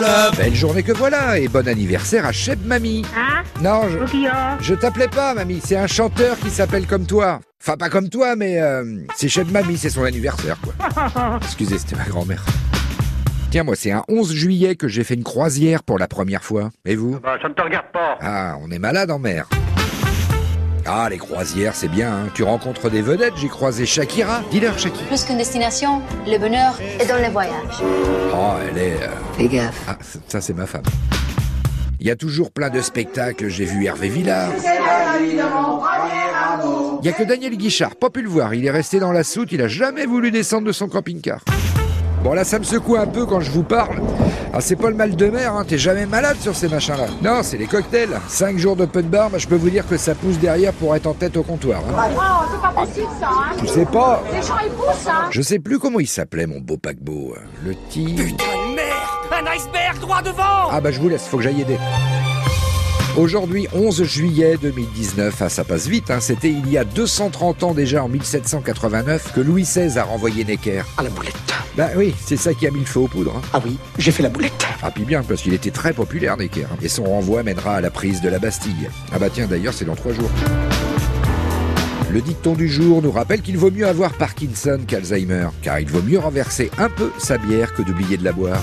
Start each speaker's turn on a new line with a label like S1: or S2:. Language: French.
S1: la belle journée que voilà et bon anniversaire à Cheb Mamie.
S2: Hein
S1: Non, je,
S2: Bouquillon
S1: je t'appelais pas, Mamie. C'est un chanteur qui s'appelle comme toi. Enfin, pas comme toi, mais euh, c'est Cheb Mamie, c'est son anniversaire, quoi. Excusez, c'était ma grand-mère. Tiens, moi, c'est un 11 juillet que j'ai fait une croisière pour la première fois. Et vous
S3: Bah, ça ne te regarde pas.
S1: Ah, on est malade en mer. Ah, les croisières, c'est bien, hein. Tu rencontres des vedettes, j'ai croisé Shakira. Dis-leur, Shakira.
S4: Plus qu'une destination, le bonheur est dans le voyage.
S1: Oh, elle est... euh,
S4: Fais gaffe.
S1: Ah, ça c'est ma femme. Il y a toujours plein de spectacles, j'ai vu Hervé Villard. Il y a que Daniel Guichard, pas pu le voir, il est resté dans la soute, il a jamais voulu descendre de son camping-car. Bon là ça me secoue un peu quand je vous parle. Ah c'est pas le mal de mer, hein, t'es jamais malade sur ces machins-là. Non, c'est les cocktails. Cinq jours d'open bar, bah, je peux vous dire que ça pousse derrière pour être en tête au comptoir. hein.
S2: Oh, c'est pas possible ça, hein
S1: Je sais pas.
S2: Les gens ils poussent, hein
S1: Je sais plus comment il s'appelait mon beau paquebot. hein. Le petit...
S3: Un iceberg droit devant
S1: Ah bah je vous laisse, faut que j'aille aider. Aujourd'hui, 11 juillet 2019, ah, ça passe vite, hein, c'était il y a 230 ans déjà, en 1789, que Louis XVI a renvoyé Necker.
S5: Ah, la boulette.
S1: Bah oui, c'est ça qui a mis le feu aux poudres. hein.
S5: Ah oui, j'ai fait la boulette.
S1: Ah puis bien, parce qu'il était très populaire Necker, hein. et son renvoi mènera à la prise de la Bastille. Ah bah tiens, d'ailleurs, c'est dans trois jours. Le dicton du jour nous rappelle qu'il vaut mieux avoir Parkinson qu'Alzheimer, car il vaut mieux renverser un peu sa bière que d'oublier de la boire.